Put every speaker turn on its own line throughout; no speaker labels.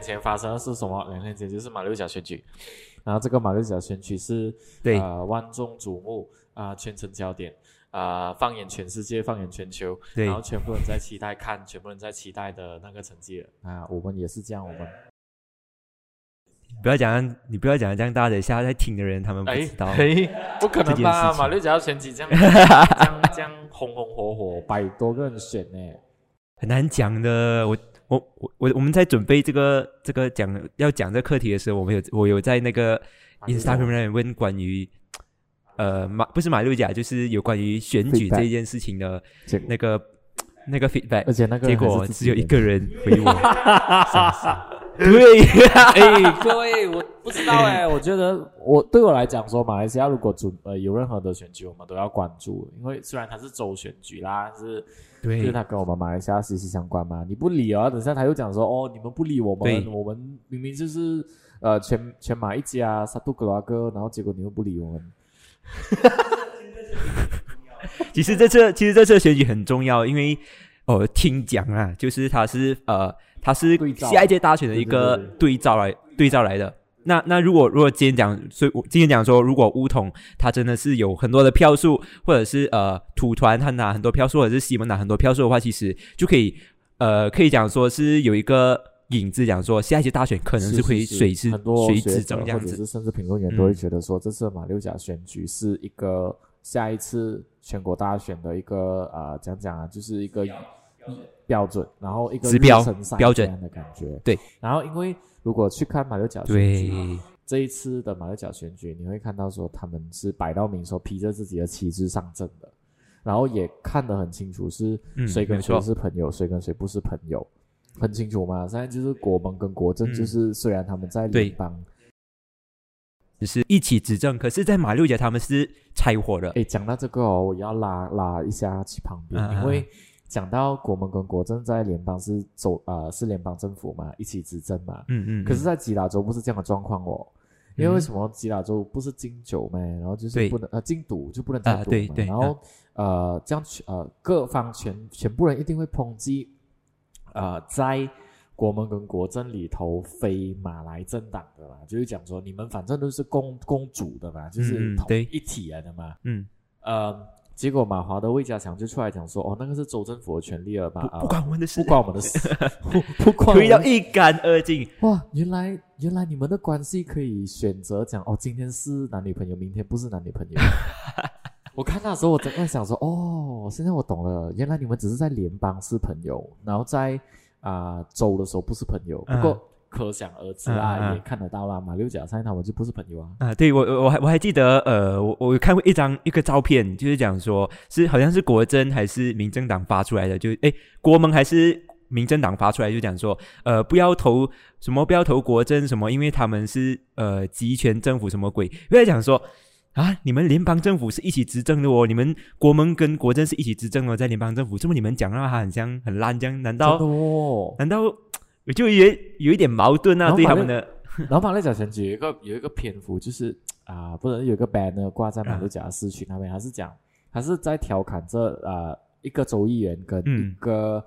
前发生的是什么？两年前就是马六甲选举，然后这个马六甲选举是
对
呃万众瞩目啊、全城焦点啊、放眼全世界，放眼全球，
对
然后全部人在期待看，全部人在期待的那个成绩了啊。我们也是这样，我们
不要讲，你不要讲这样大的，下在听的人他们不
哎
知道。
哎，不可
这
能
件
吧？
事情
马六甲要选举这样这样这样红红火火，百多个人选呢、
很难讲的。我我我我我们在准备这个这个讲要讲这课题的时候，我们有我有在那个 Instagram 上面问关于呃马不是马六甲，就是有关于选举
Feedback
这件事情的
结果
那个那个 feedback，
而且那个
结
人还
果
是自
只
己
有一
人
个人回我。对，
哎，各位，我不知道哎、我觉得 我对我来讲说，马来西亚如果准呃有任何的选举，我们都要关注，因为虽然它是州选举啦，但是就是
对，
它跟我们马来西亚息息相关嘛。你不理啊，等一下他又讲说哦，你们不理我们，
对
我们明明就是呃全全马一家，沙杜格拉哥，然后结果你又不理我们，
其实这次其实这次的选举很重要，因为哦听讲啊，就是它是呃它是
对照
下一届大选的一个
对对
对照来对照来的。那那如果如果今天讲，所以我今天讲说，如果乌统他真的是有很多的票数，或者是呃土团他拿很多票数，或者是西蒙拿很多票数的话，其实就可以呃可以讲说是有一个影子，讲说下一届大选可
可
能是会水之
很多
水
学
之
者
争这
或
样
者
子。
是甚至评论员都会
嗯
觉得说，这次的马六甲选举是一个下一次全国大选的一个呃，讲讲啊，就是一个标准，然后一个
指标
日程赛
标准
这样的感觉。
对，
然后因为如果去看马六甲选
对
举，这一次的马六甲选举，你会看到说他们是摆到明说披着自己的旗帜上阵的，然后也看得很清楚是
嗯
谁跟
没
谁
错
是朋友，谁跟谁不是朋友，很清楚嘛。现在就是国盟跟国政，
嗯
就是虽然他们在
对
联邦，
只是一起执政，可是，在马六甲他们是拆伙的。
诶，讲到这个哦，我要拉拉一下去旁边，
啊
因为讲到国盟跟国政在联邦是走啊、是联邦政府嘛，一起执政嘛。
嗯嗯，
可
嗯
是，在吉打州不是这样的状况哦，因为为
嗯
什么吉打州不是禁酒嘛，然后就是
对
不能呃禁赌就不能再
啊
赌嘛，
对对啊
然后呃这样全呃各方全全部人一定会抨击，呃在。国盟跟国政里头非马来政党的嘛，就是讲说你们反正都是公公主的嘛，就是
嗯嗯
同
对
一体来的嘛。
嗯，
呃，结果马华的魏家强就出来讲说，哦，那个是州政府的权利了嘛，
不不
啊
关我们的事
不，关我们的事， 不不关我
推到
们。
一干二净。
哇，原来原来你们的关系可以选择讲，哦，今天是男女朋友，明天不是男女朋友。我看那时候，我真的想说，哦，现在我懂了，原来你们只是在联邦是朋友，然后在啊、州的时候不是朋友。不过
嗯
可想而知啊，
嗯嗯嗯
也看得到啦，马六甲赛他们就不是朋友啊。
啊，对我我我还我还记得，呃，我我有看过一张一个照片，就是讲说是好像是国政还是民政党发出来的，就是诶国盟还是民政党发出来，就讲说呃不要投什么不要投国政什么，因为他们是呃集权政府什么鬼，又在讲说。啊！你们联邦政府是一起执政的哦，你们国盟跟国政是一起执政哦，在联邦政府，这么你们讲啊让他很像很烂这样，难
真的
道
哦，
难道我就有有一点矛盾
然
啊？
后
对
反
他们
正
的
然后马六甲选举有一个有一个篇幅，就是啊、不能有一个 banner 挂在马六甲市区那边，他是讲他是在调侃这啊、一个州议员跟
嗯
一个、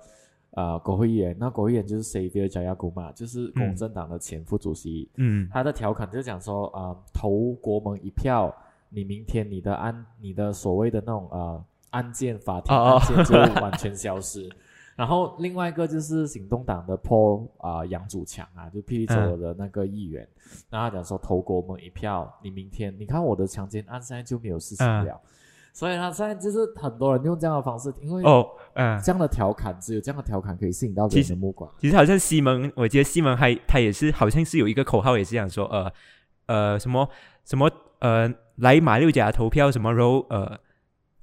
呃国会议员，那国会议员就是 Xavier j a y a k u m a 就是公正党的前副主席，
嗯
他的调侃就讲说啊、投国盟一票，你明天你的案你的所谓的那种呃案件法庭
哦哦
案件就完全消 失。然后另外一个就是行动党的 Paul 啊、杨祖强啊，就霹雳州的那个议员，
嗯
然后他讲说投国盟一票，你明天你看我的强奸案现在就没有事情
嗯
了，所以他现在就是很多人用这样的方式，因为
哦嗯、啊
这样的调侃只有这样的调侃可以吸引到
其
人
实
的目光。
其实好像西蒙，我记得西蒙还他也是好像是有一个口号，也是讲说呃呃什么什么呃来马六甲投票什么，然后呃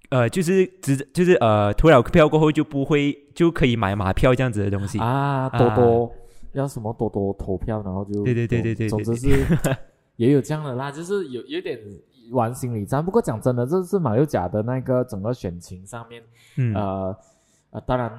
呃就是只就是呃投了票过后就不会就可以买马票这样子的东西。
啊，
啊
多多、要什么多多投票，然后就
对对对对对
总
对
总之是 也有这样的啦，就是有有点玩心理战。不过讲真的，这次马六甲的那个整个选情上面，
嗯、
呃呃，当然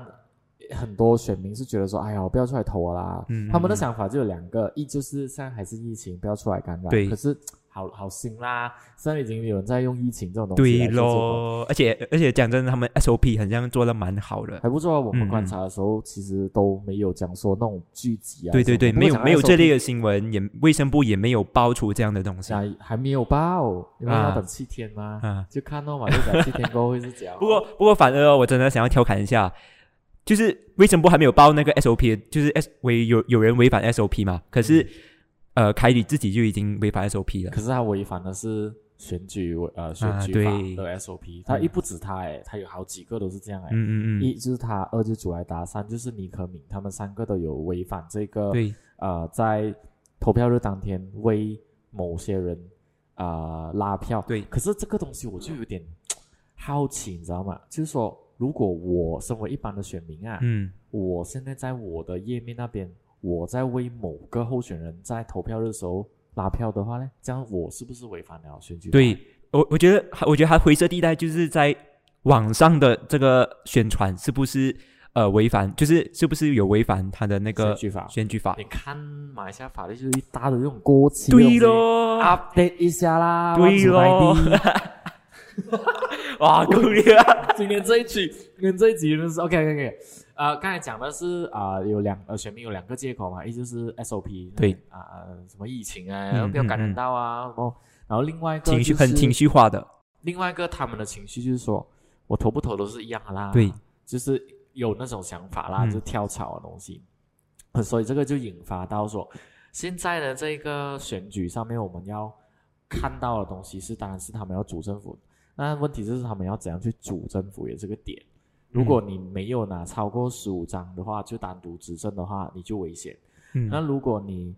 很多选民是觉得说，哎呀，我不要出来投了啦。
嗯
他们的
嗯
想法就有两个，一就是现在还是疫情，不要出来感染。
对
可是好好新啦，现在已经有人在用疫情这种东西
对
来做做广告
咯，而且而且讲真的，他们 SOP 很像做的蛮好的。
还不错啊。我
嗯
们
嗯
观察的时候，其实都没有讲说那种聚集啊什
对
么，
对对，
不会
没有
讲
没有这类
SOP
的新闻，也卫生部也没有爆出这样的东西。
还还没有报，因为
啊
要等七天嘛，
啊
就看到嘛，就讲七天过后会是怎样。
不过不过反而哦我真的想要调侃一下，就是卫生部还没有报那个 SOP，就是 S 违有有人违反 SOP 嘛？可
嗯
是、呃，凯里自己就已经违反 SOP 了
可。是他违反的是选举委呃选举
啊对嗯
法的 SOP，、他一不止他诶、他有好几个都是这样诶、
嗯嗯
一
嗯，
就是他，二就是主来达，三就是尼可敏，他们三个都有违反这个
对，
呃，在投票日当天为某些人啊、呃拉票。
对
可是这个东西我就有点好奇，你知道吗？就是说，如果我身为一般的选民啊，
嗯
我现在在我的页面那边，我在为某个候选人在投票日的时候拉票的话呢，这样我是不是违反了选举法？
对，我我觉得我觉得它灰色地带就是在网上的这个宣传是不是呃违反，就是是不是有违反它的那
选
个
举法。
选举法
你？看马来西亚法律就是一大堆这种过期的东
对
西
咯，
，update 一下啦，
对咯
咯。
哇，够 了啊！
今天这一集，今天这一集就是 OK OK OK。呃，刚才讲的是啊、有两呃，选民有两个借口嘛，一就是 SOP，
对
啊、呃什么疫情啊，
嗯
不要感
嗯
染
嗯
到啊，然后然后另外一个、就
情
是、
绪很情，绪化的，
另外一个他们的情绪就是说我投不投都是一样的啦，
对，
就是有那种想法啦，
嗯
就跳槽的东西，所以这个就引发到说现在的这个选举上面我们要看到的东西是，当然是他们要主政府，那问题就是他们要怎样去主政府也是个点。如果你没有拿超过十五张的话，就单独执政的话，你就危险。
嗯
那如果你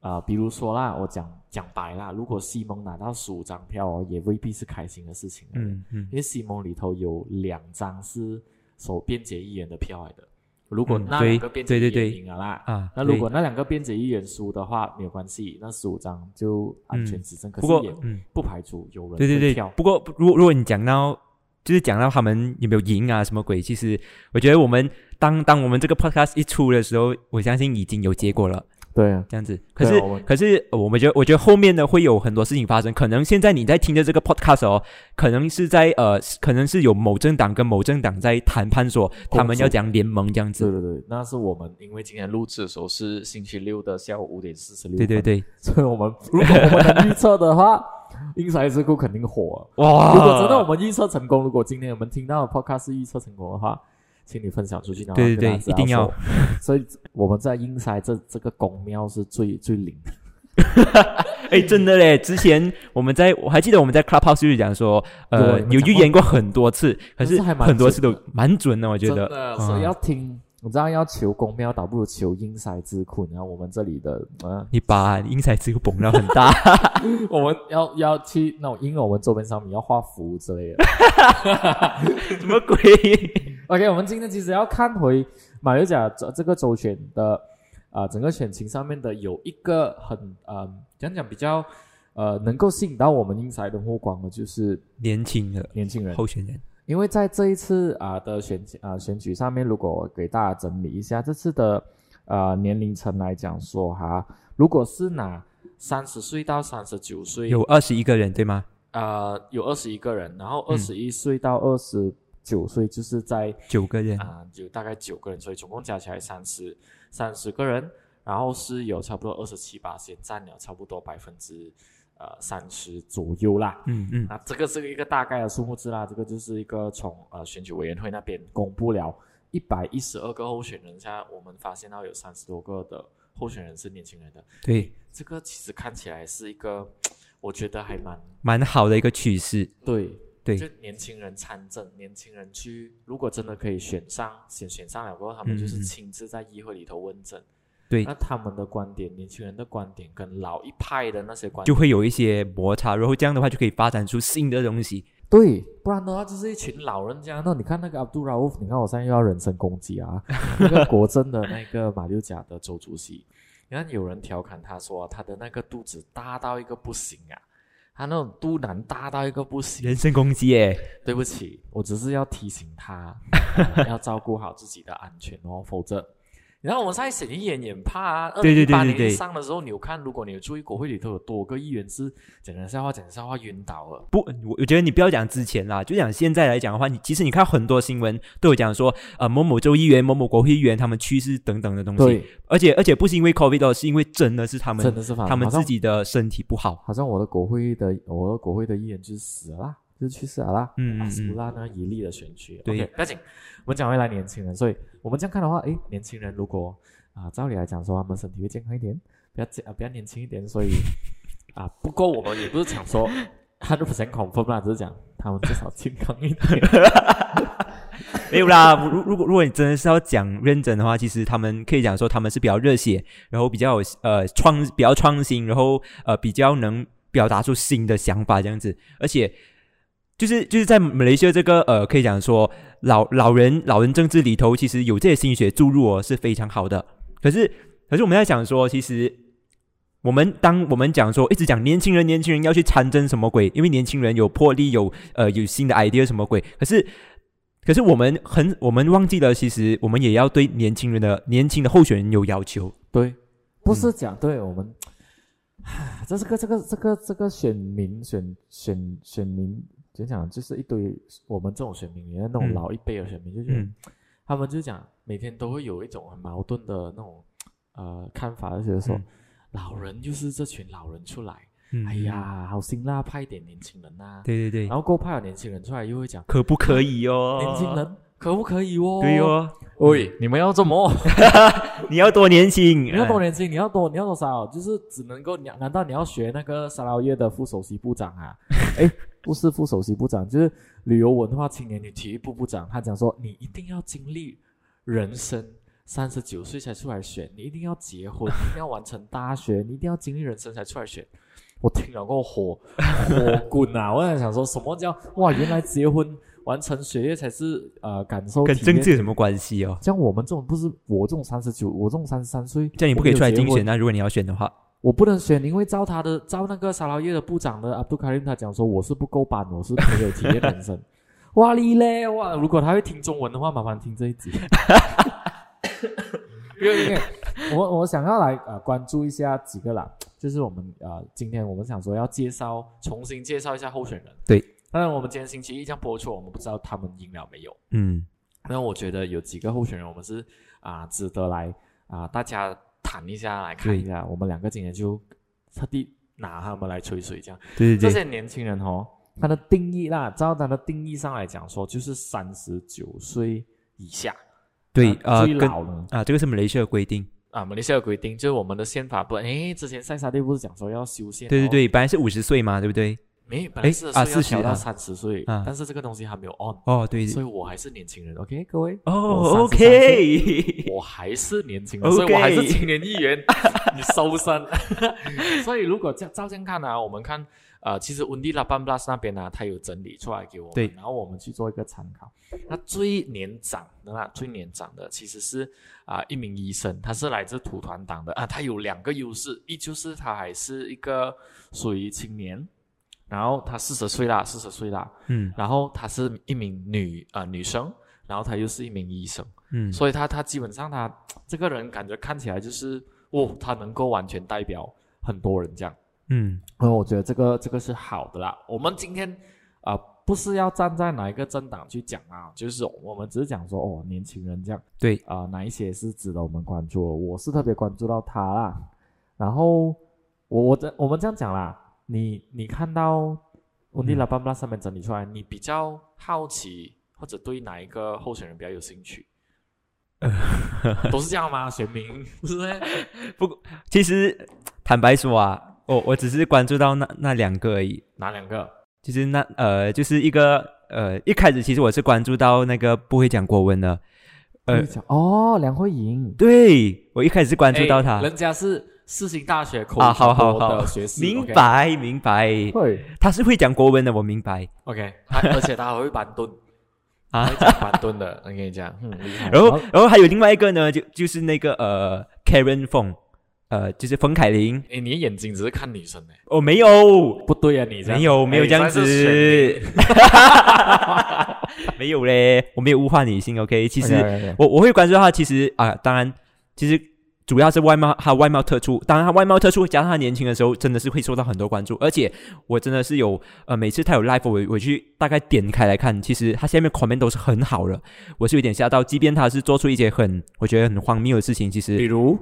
啊、呃比如说啦，我讲讲白啦，如果西蒙拿到十五张票哦，也未必是开心的事情。，啊
嗯嗯
因为西蒙里头有两张是守辩解议员的票来的，如果
嗯
那
对
两个辩解议
对对
员
对
赢了啦。
啊，
那如果那两个辩解议员输的话，没有关系，那十五张就安全执政。
对
可
不过
是也
嗯，
不排除有人
对对
会
对
跳，
不过如果如果你讲到就是讲到他们有没有赢啊什么鬼，其实我觉得我们当当我们这个 podcast 一出的时候，我相信已经有结果了，
对啊，
这样子。可
对
是
啊我们
可是呃我们觉得我觉得后面呢会有很多事情发生，可能现在你在听的这个 podcast 哦，可能是在呃可能是有某政党跟某政党在谈判说
作
他们要讲联盟这样
对
子，
对对，那是我们因为今天录制的时候是星期六的下午五点四十六，
对对，对，
所以我们如果我们能预测的 话，英才智库肯定火。
哇，
如果真的我们预测成功，如果今天我们听到的 podcast 是预测成功的话，请你分享出去，然后
对
跟
对对
大家
一定要
说。所以我们在英才这这个公庙是最最灵的，
哎，真的嘞！之前我们在我还记得我们在 Clubhouse 就讲说，呃，
对
有预言过很多次，可
但
是
是还蛮
很多次都
准
蛮准的，我觉
真
得。
的。
嗯
所以要听，你知道要求公庙，倒不如求英才智库。然后我们这里的，嗯，
你把英才之后捧到很大，
我们要要去那种因为我们周边商品要画符之类的。
什么鬼？
OK，我们今天其实要看回马六甲这这个州选的啊、呃整个选情上面的有一个很呃讲讲比较呃能够吸引到我们英才的目光的，就是
年轻的
年轻人。
候选人，
因为在这一次啊、的选举啊、选举上面，如果我给大家整理一下这次的呃年龄层来讲说哈，如果是拿三十岁到三十九岁
有二十一个人对吗？
呃有二十一个人，然后二十一岁到二十九岁就是在
九个人，
啊、有大概九个人，所以总共加起来三十三十个人，然后是有差不多二十七八先占了差不多百分之呃三十左右啦。
嗯嗯
那这个是一个大概的数目字啦，这个就是一个从呃选举委员会那边公布了一百一十二个候选人，现在我们发现到有三十多个的候选人是年轻人的，
对，
这个其实看起来是一个，我觉得还蛮
蛮好的一个趋势。
对
对
就年轻人参政，年轻人去，如果真的可以选上，选选上了过后，他们就是
嗯嗯
亲自在议会里头问政。
对
那他们的观点，年轻人的观点跟老一派的那些观点，
就会有一些摩擦，然后这样的话就可以发展出新的东西。
对，不然的话就是一群老人家。那你看那个 Abdul Rauf，你看我现在又要人身攻击 啊，那个国政的那个马六甲的周主席，你看有人调侃他说他的那个肚子大到一个不行啊，他那种肚腩大到一个不行。啊
人身攻击耶，
对不 起，我只是要提醒他、呃要照顾好自己的安全哦，否则然后我们在省议员也很怕啊。二零
对对
一
对
八
对对
年上的时候，你有看，如果你有注意国会里头有多个议员是讲讲笑话、讲讲笑话晕倒了。
不，我我觉得你不要讲之前啦，就讲现在来讲的话，你其实你看很多新闻都有讲说，呃，某某州议员、某某国会议员他们去世等等的东西，
对，
而且而且不是因为 COVID，哦，是因为真的是他
真
们
的是发
他们
好像
自己的身体不好，
好像我的国会的我的国会的议员就是死了啦，就是去世了啦。
嗯嗯
阿斯
嗯
布拉呢一例的选区，
对
OK，不要紧。我们讲回来年轻人，所以我们这样看的话，诶，年轻人如果啊、照理来讲说他们身体会健康一点，比较健啊、比较年轻一点，所以 啊，不过我们也不是讲说 hundred percent confirm 啦，只是讲他们至少健康一点。
没有啦。如如果如果你真的是要讲认真的话，其实他们可以讲说他们是比较热血，然后比较有呃创比较创新，然后呃比较能表达出新的想法这样子，而且。就是就是在马来西亚这个呃，可以讲说老老人老人政治里头，其实有这些心血注入哦是非常好的。可是可是我们在讲说，其实我们当我们讲说一直讲年轻人年轻人要去参政什么鬼，因为年轻人有魄力，有呃有新的 idea 什么鬼。可是可是我们很我们忘记了，其实我们也要对年轻人的年轻的候选人有要求。
对，不
嗯
是讲、对我们，唉这是个这个这个这个选民选选选民，怎么讲就是一堆我们这种选民里面那种
嗯
老一辈的选民，就是、
嗯
他们就讲每天都会有一种很矛盾的那种呃看法，就觉得说、
嗯
老人就是这群老人出来，
嗯
哎，呀，好辛辣，派一点年轻人呐、
对对对
然，后过后派了年轻人出来又会讲、
可不可以哦？
年轻人可不可以哦？
对，哦，
喂，你们要怎么？
你要多年轻，哎
你要多年轻，你要多你要多少？就是只能够你难道你要学那个沙捞越的副首席部长啊？哎，不是副首席部长，就是旅游文化青年与体育部部长。他讲说，你一定要经历人生，三十九岁才出来选，你一定要结婚，你一定要完成大学，你一定要经历人生才出来选。我听了过火火滚啊！我在想说什么叫哇？原来结婚完成学业才是呃感受
跟
体
政
验
治有什么关系哦？
像我们这种不是我这种三十九，我这种三十三岁，
这样你不可以
我
出
没
来
有结
竞
婚
选啊！如果你要选的话，
我不能选，因为照他的照那个沙捞越的部长的阿啊杜卡林，他讲说我是不够班，我是没有体验人 生。哇哩嘞哇！如果他会听中文的话，麻烦听这一集。因为因为我我想要来呃关注一下几个啦，就是我们呃今天我们想说要介绍重新介绍一下候选人。
对，
当然我们今天星期一这样播出，我们不知道他们赢了没有。
嗯
那我觉得有几个候选人，我们是啊、值得来啊、大家谈一下，来看一下。我们两个今天就特地拿他们来吹水，这样
对对
这
对，
些年轻人哦，他的定义啦，照他的定义上来讲说，就是三十九岁以下，
对
啊
呃
最
跟
老了
啊，这个是马来西亚的规定。
啊。马来西亚有规定就是我们的宪法不，诶，之前塞沙利不是讲说要修宪，
对对
然后
对，本来是五十岁嘛，对不对？
没本
诶
来是
啊
是要调
40啊
到三十岁，
啊
但是这个东西还没有 on，、
哦，对，
所以我还是年轻人。OK，各位。
哦
我33岁
，OK，
我还是年轻人，
OK
所以我还是青年议员。 你收身。 所以如果这样照这样看呢、啊，我们看呃，其实温蒂拉班布拉斯那边呢、他有整理出来给我们，
对
然后我们去做一个参考。那最年长的啦，最年长的其实是啊、一名医生，他是来自土团党的啊，他有两个优势，一就是他还是一个属于青年。然后他四十岁啦，四十岁啦，
嗯
然后她是一名女啊、呃女生，然后她又是一名医生，
嗯，
所以他他基本上他这个人感觉看起来就是哦，他能够完全代表很多人这样。
嗯
那哦我觉得这个这个是好的啦。我们今天啊、呃不是要站在哪一个政党去讲啊，就是我们只是讲说哦，年轻人这样
对
啊、呃哪一些是值得我们关注的？我是特别关注到他啦。然后我我这我们这样讲啦，你你看到我蒂拉班布拉上面整理出来，你比较好奇或者对哪一个候选人比较有兴 趣？都是这样吗？选民不是呢？
其实坦白说啊，我我只是关注到那那两个而已，
哪两个？
就是那呃，就是一个呃，一开始其实我是关注到那个不会讲国文的，呃
你讲哦，梁慧莹。
对我一开始是关注到他
哎人家是世新大学口
啊，
语
好
传
好
播
好
的学，士，
明白明白，
会
他是会讲国文的，我明白。
OK，他而且他还会板蹲
啊
他会讲板蹲的， 我跟你讲，嗯，厉害。
然后，然后还有另外一个呢，就就是那个呃，Karen 凤，呃，就是冯凯琳。
哎，你的眼睛只是看女生呢，
哦，没有，
不对啊，你这样
没有，没有
哎
这样
你算是选
子，没有嘞，我没有物化女性。OK，其实
OK，OK，OK
我我会关注到他，其实啊、当然其实主要是外貌，他外貌特殊，当然他外貌特殊，加上他年轻的时候，真的是会受到很多关注。而且我真的是有，呃，每次他有 live，我我去大概点开来看，其实他下面 comment 都是很好的，我是有点吓到。即便他是做出一些很我觉得很荒谬的事情，其实
比如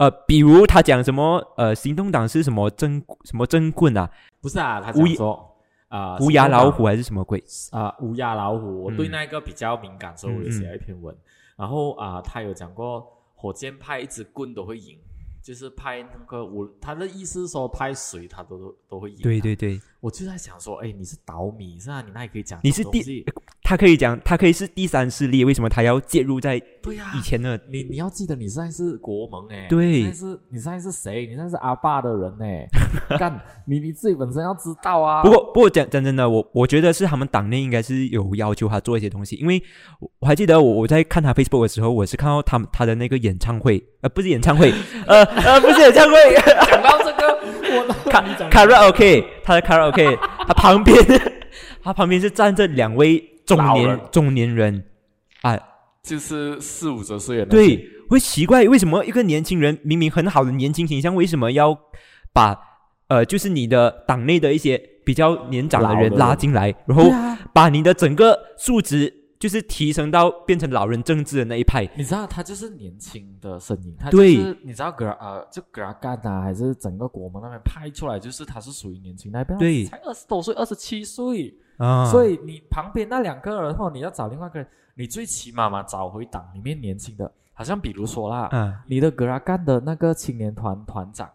呃，比如他讲什么呃，行动党是什么真什么真棍啊，
不是啊，他
乌
讲
鸦
说啊，
无牙老虎还是什么鬼？
啊，乌鸦老虎，我对
嗯
那个比较敏感，所以我有写了一篇文。然后啊，他有讲过，火箭派一支棍都会赢，就是派那个我，他的意思是说派谁他都都会赢、啊
对，对对，
我就在想说，哎，你是倒米是啊，你那里可以讲
你
这种
是第
东西
他可以讲，他可以是第三势力，为什么他要介入在
对啊呀、
以前的？
你你要记得，你现在是国盟哎、
对
你现在是，你现在是谁？你现在是阿爸的人呢、 干，你你自己本身要知道啊。
不过，不过讲讲真的，我我觉得是他们党内应该是有要求他做一些东西，因为我我还记得我我在看他 Facebook 的时候，我是看到他们他的那个演唱会，呃，不是演唱会，呃呃，不是 演唱会，
讲到这个，我
卡卡拉 OK，他的卡拉 OK，他旁边 他旁边是站着两位中
老
年
人
中年人啊，
就是四五十岁的那种
对，会奇怪为什么一个年轻人明明很好的年轻形象，为什么要把呃，就是你的党内的一些比较年长的
老
人
的
拉
人
进来，然后
对啊
把你的整个数值就是提升到变成老人政治的那一派。
你知道他就是年轻的声音，他就
对
是你知道格呃，就格拉干啊，还是整个国门那边拍出来，就是他是属于年轻那边，
对
才二十多岁，二十七岁，
啊，
所以你旁边那两个人，或你要找另外一个人，你最起码嘛找回党里面年轻的，好像比如说啦，
啊，
你的格拉干的那个青年团团长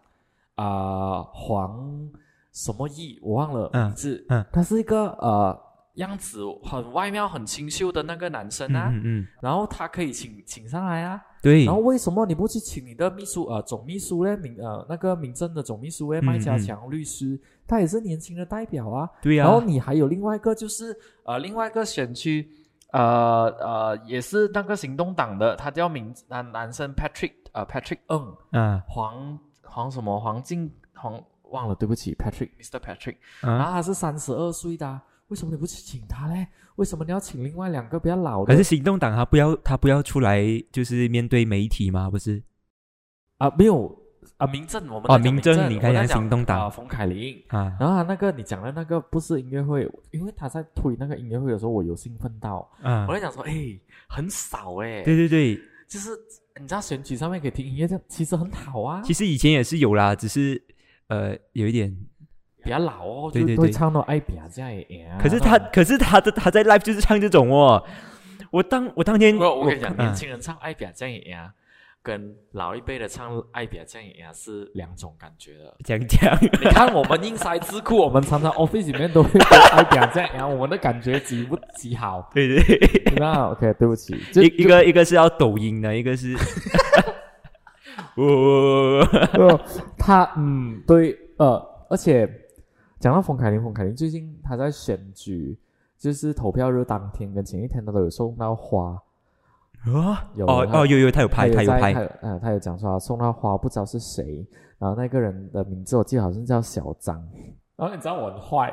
啊、黄什么义，我忘了
嗯
名字，
嗯
他是一个呃样子很外貌很清秀的那个男生
嗯
啊，
嗯嗯，
然后他可以请请上来啊。
对
然后，为什么你不去请你的秘书呃总秘书呢？民呃那个民政的总秘书呢，
嗯
麦家强律师，他也是年轻的代表啊。
对呀、
然后你还有另外一个就是呃另外一个选区，呃呃也是那个行动党的，他叫名男男生 Patrick 呃 Patrick 嗯
啊
黄黄什么黄静黄忘了，对不起 Patrick Mr Patrick，然
啊，
后他是三十二岁的啊、为什么你不去请他嘞？为什么你要请另外两个比较老的
可是行动党他不要他不要出来，就是面对媒体嘛，不是？
啊、没有啊，民政我们
哦
在讲
民政
政，
你
我
看
们在
杨行动党
啊，冯凯琳。
啊，
然后他那个你讲的那个不是音乐会，因为他在推那个音乐会的时候，我有兴奋到，
啊
我，在想说，哎，很少哎、
对对对，
就是你知道选举上面可以听音乐，这样其实很好啊，
其实以前也是有啦，只是呃有一点
比较老哦，
对
就
对
都会
对
唱到爱比亚这样也。啊
可是
嗯
他，可是他的他在 live 就是唱这种哦。我当我嗯啊当天，
我我跟你讲，
看
年轻人唱爱比亚这样也啊，跟老一辈的唱爱比亚这样也啊是两种感觉的。
讲讲，
你看我们硬塞智库，我们常常 office 里面都会跟爱比亚这样也啊，我们的感觉极不极好？
对对对，
你知道？OK，对不起，就
一一个一个是要抖音的，一 个是，哦，
就他嗯对呃，而且讲到冯凯琳，冯凯琳最近她在选举，就是投票日当天跟前一天，她都有送到花，有
哦
他
哦，有有，他有拍，
她
他
有
有
在
拍
她，有呃，她有讲说她送到花，不知道是谁，然后那个人的名字我记得好像叫小张，然后你知道我很坏，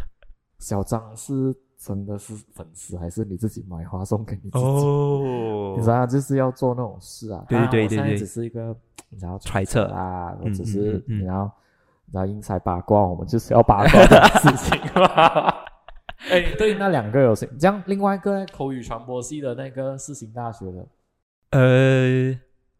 小张是真的是粉丝还是你自己买花送给你自己？你知
哦，
道，就是要做那种事啊。
对
当然
对
我
对
现在
对
只是一个，你知道
揣测
啊，我
嗯
只
嗯
是
嗯嗯
然后然后英才八卦，我们就是要八卦的事情 嘛。哎，对，那两个有谁？这样另外一个口语传播系的那个世新大学的，
呃。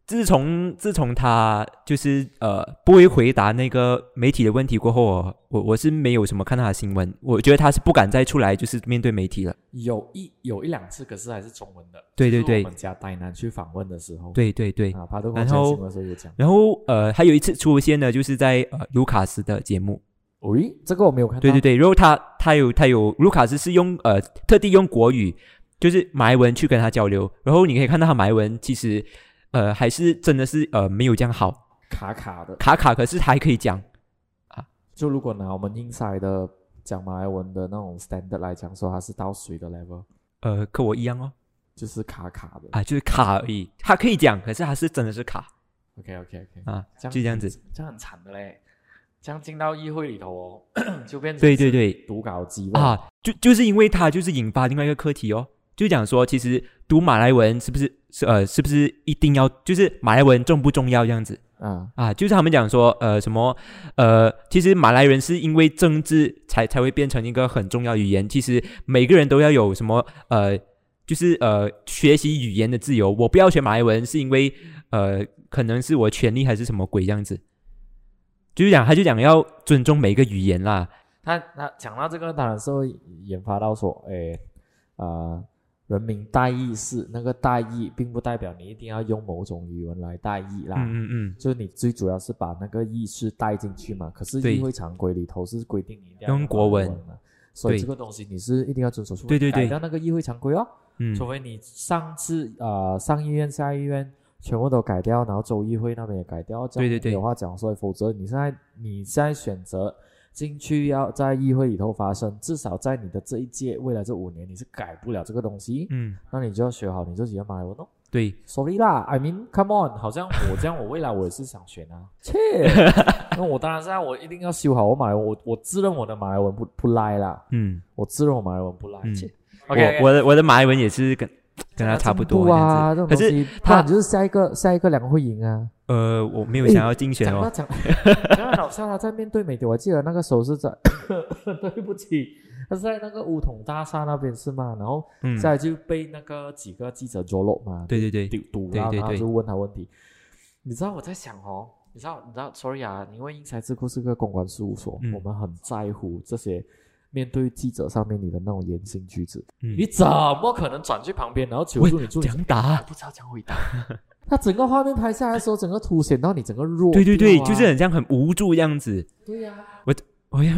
自从自从他就是呃不会回答那个媒体的问题过后哦，我我是没有什么看他的新闻，我觉得他是不敢再出来就是面对媒体
哦
了。
有一有一两次，可是还是中文的。
对对
就是
对
我们家呆男去访问的时候，
对对对，
啊，他都跟我
然
讲
后
新闻的时候有讲。
然后呃，还有一次出现呢，就是在呃卢卡斯的节目，
喂，这个我没有看到。
对对对，然后他他有他有卢卡斯是用呃特地用国语，就是马来文去跟他交流，然后你可以看到他马来文其实呃还是真的是呃没有这样好，
卡卡的。
卡卡可是还可以讲，
就如果拿我们英才的讲马来文的那种 standard 来讲，说它是到谁的 level，
呃跟我一样哦
就是卡卡的。
啊就是卡而已，他可以讲，可是他是真的是卡
OK OK OK，
啊，
这样
就这样子，
这样很惨的嘞。这样进到议会里头哦，就变成
对对对啊
读稿机了。
啊，就就是因为他就是引发另外一个课题哦，就讲说，其实读马来文是不是是呃是不是一定要就是马来文重不重要这样子？
啊，
啊，就是他们讲说，呃，什么，呃，其实马来人是因为政治才才会变成一个很重要的语言。其实每个人都要有什么，呃，就是呃，学习语言的自由。我不要学马来文，是因为呃，可能是我权利还是什么鬼这样子。就是讲，他就讲要尊重每一个语言啦。
他他讲到这个，当然是会研发到说，哎，啊、人民代议是那个代议，并不代表你一定要用某种语文来代议啦。
嗯嗯嗯，
就是你最主要是把那个意识带进去嘛。可是
对
议会常规里头是规定你一定要
用国文
文嘛，所以
对
这个东西你是一定要遵守。除非
对对
你改
对
掉那个议会常规哦，
嗯，
除非你上次呃上议院、下议院全部都改掉，然后州议会那边也改掉，这样
对对对
有话讲说，否则你现在你现在选择。进去要在议会里头发声，至少在你的这一届，未来这五年你是改不了这个东西，
嗯，
那你就要学好你自己的马来文哦。
对，
sorry 啦，I mean come on，好像我这样，我未来我也是想选 啊，切，那我当然是啊，我一定要修好我马来文，我我自认我的马来文不不赖啦，
嗯，
我自认我马来文不赖，
嗯
切
我
OK，
我的我的马来文也是跟跟他差不多这
啊，
样
这种
子。可
东
是
西，
他
他就是下一个下一个两会赢啊，
呃，我没有
诶
想要竞选
讲到
哦。
讲，讲到老笑，他在面对媒体，我记得那个时候是在， 对不起，他是在那个梧桐大厦那边是吗？然后
嗯，
再来就被那个几个记者捉弄嘛，
对对对，
丢堵
对
然后
对
然后
对
就问他问题。你知道我在想哦，你知道你知道，sorry 啊，因为英才智库是个公关事务所，
嗯
我们很在乎这些面对记者上面你的那种言行举止，
嗯
你怎么可能转去旁边然后求
喂
助你助你？
讲啊答
我。不知道怎样回 答。他整个画面拍下来的时候，整个凸显到你整个弱、啊
对对对，就是很像很无助样子。
对呀、
我要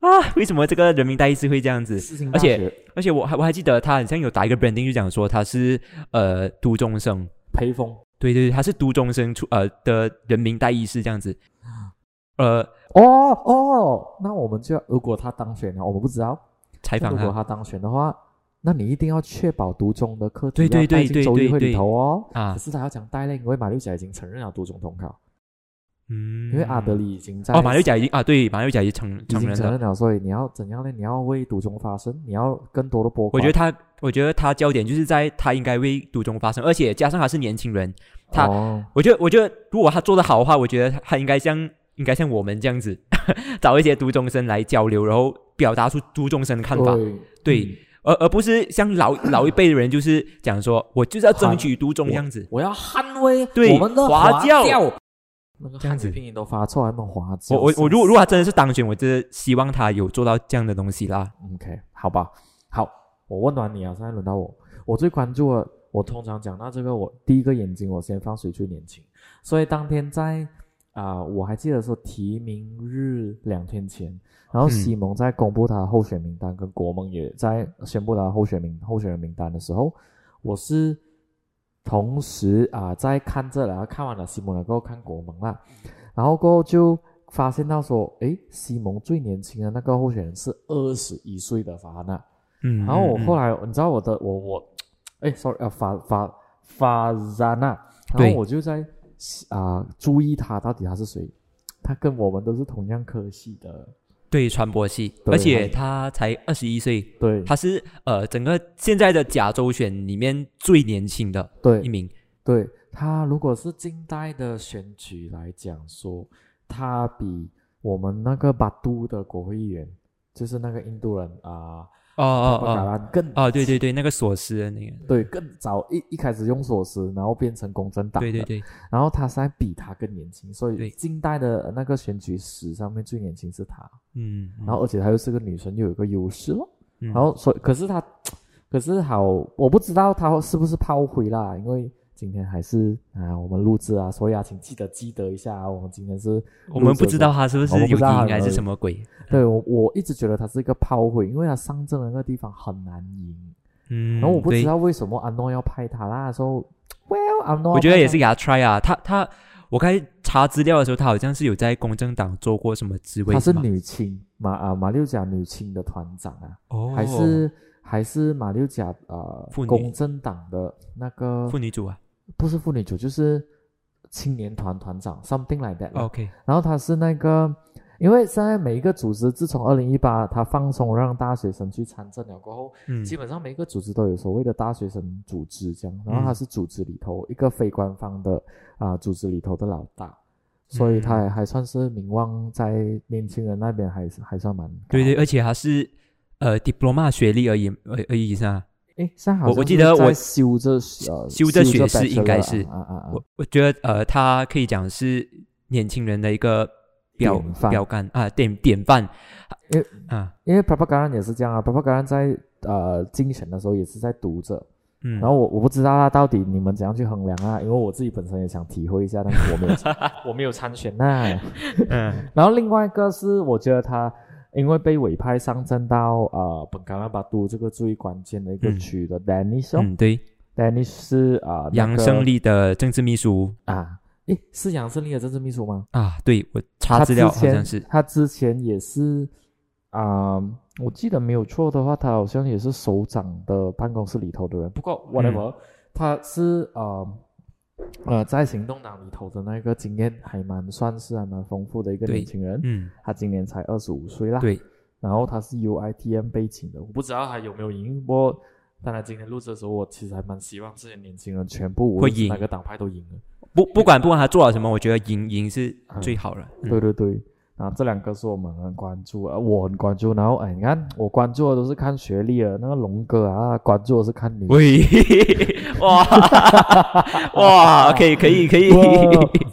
啊，为什么这个人民代议是会这样子？
事情
而
大
且
学
而且我还我还记得他很像有打一个 branding，就讲说他是呃读中生，
培峰
对对对，他是读中生出呃的人民代议是这样子。呃，
哦哦，那我们就要如果他当选了，我们不知道。
采
那
访
如果
他
他当选的话，那你一定要确保独中的课题
对对
要带
对
进
对
州
对
议会里
对
头哦。
啊
可，是他要讲带嘞，因为马六甲已经承认了独中统考，
嗯，
因为阿德里已经在
哦，马六甲已经啊，对，马六甲已经承
已
承
经
认
承
了。
认了，所以你要怎样呢？你要为独中发声，你要更多的拨
我
款。
觉得他，我觉得他焦点就是在他应该为读中发声，而且加上他是年轻人，他
哦
我觉得，我觉得如果他做得好的话，我觉得他应该像应该像我们这样子， 找一些读中生来交流，然后表达出读中生的看法，
对
对
嗯
而而不是像老 老一辈的人就是讲说，我就是要争取读中这样子。
我要捍卫
对
我们的
华
教
教。
那个
这样
汉
子
语拼音都发错，还没有华教。
我我我如果如果他真的是当选，我真的希望他有做到这样的东西啦。
OK，好吧，好，我问完你啊，现在轮到我。我最关注的，我通常讲到这个，我第一个眼睛我先放谁最年轻。所以当天在啊、我还记得说提名日两天前，然后
嗯
西蒙在公布他的候选名单，跟国盟也在宣布他的候选名候选人名单的时候，我是同时啊、在看这，然后看完了西蒙了过后看国盟啦，然后过后就发现到说，诶，西蒙最年轻的那个候选人是二十一岁的法汉娜，
嗯，
然后我后
来
来，你知道我的我我，哎，sorry 啊，法法法扎纳，然
对
后我就在啊、注意他到底他是谁，他跟我们都是同样科系的，
对传播系，
对
而且他才二十一岁，
对
他是呃整个现在的甲州选里面最年轻的一
对
名。
对，他如果是近代的选举来讲说，他比我们那个巴都的国会议员，就是那个印度人啊，
哦
巴
哦
巴嘎
哦
兰更
哦，对对对，那个索斯的那个，
对更早一一开始用锁匙，然后变成公正党
对对
的
对，
然后他现在比他更年轻，所
对
以近代的呃那个选举史上面最年轻是他，
嗯，嗯
然后而且她又是个女生，又有一个优势咯。
嗯
然后所以可是她，可是好，我不知道她是不是炮灰啦，因为今天还是啊我们录制啊，所以啊，请记得记得一下啊，我们今天是
我们不知道他是不是
我们不
有
知道他
赢
有
还
没
是
有
什么鬼。
对我我一直觉得她是一个炮灰，因为她上阵的那个地方很难赢，
嗯，
然后我不知
对，
道为什么安诺要派她啦，说 Well 安诺，
我觉得也是给他 try 啊。他他，我刚才查资料的时候，他好像是有在公正党做过什么职位
她
吗，
是女青马啊马六甲女青的团长啊，
哦，
还是还是马六甲呃
妇女
公正党的那个
妇女组啊
不是妇女组，就是青年团团长，something 啊
哦
like that 啦、
？OK，
然后他是那个因为现在每一个组织自从二零一八它放松让大学生去参政了过后，
嗯
基本上每一个组织都有所谓的大学生组织这样，然后
嗯
他是组织里头一个非官方的啊、组织里头的老大，所以
嗯
他还还算是名望在年轻人那边还是还算蛮高
对对，，而且还是呃 diploma 学历而已而而已是吧？
诶，现在好
我
像
我记
是
得
在
我
修着呃
修着学士
bachelor
应该是
啊啊啊
我我觉得呃，他可以讲是年轻人的一个标
典范
标杆啊，典典范
因为
啊，
因为 Papa Garan 也是这样啊，Papa Garan 在呃竞选的时候也是在读着，
嗯，
然后我我不知道啦，到底你们怎样去衡量啊？因为我自己本身也想体会一下，但是我没有 参我没有参选呐、
嗯
然后另外一个是，我觉得他因为被委派上阵到呃本加拉巴都这个最关键的一个
嗯
区的 Danish，Danish、
嗯，对，
Danish 是啊、呃、
杨
那个
胜利的政治秘书
啊，诶是杨胜利的政治秘书吗？
啊，对我查
他
资
之
料
前
好像是，
他之前也是啊、我记得没有错的话，他好像也是首长的办公室里头的人。不过
嗯
whatever，、他是呃呃在行动党里头的那个经验还蛮算是还蛮丰富的一个
对
年轻人。
嗯，
他今年才二十五岁啦。
对，
然后他是 UITM 背景的，我不知道他有没有赢。不过，当然今天录制的时候，我其实还蛮希望这些年轻人全部无
会
论是
赢
哪个党派都赢了。
不不管不管他做了什么，我觉得赢赢是最好了，嗯
啊对对对，啊，这两个是我们很关注，啊，我很关注。然后哎，你看我关注的都是看学历的，那个龙哥啊，关注的是看 女。
喂，哇 哇，可以可以可以，
哇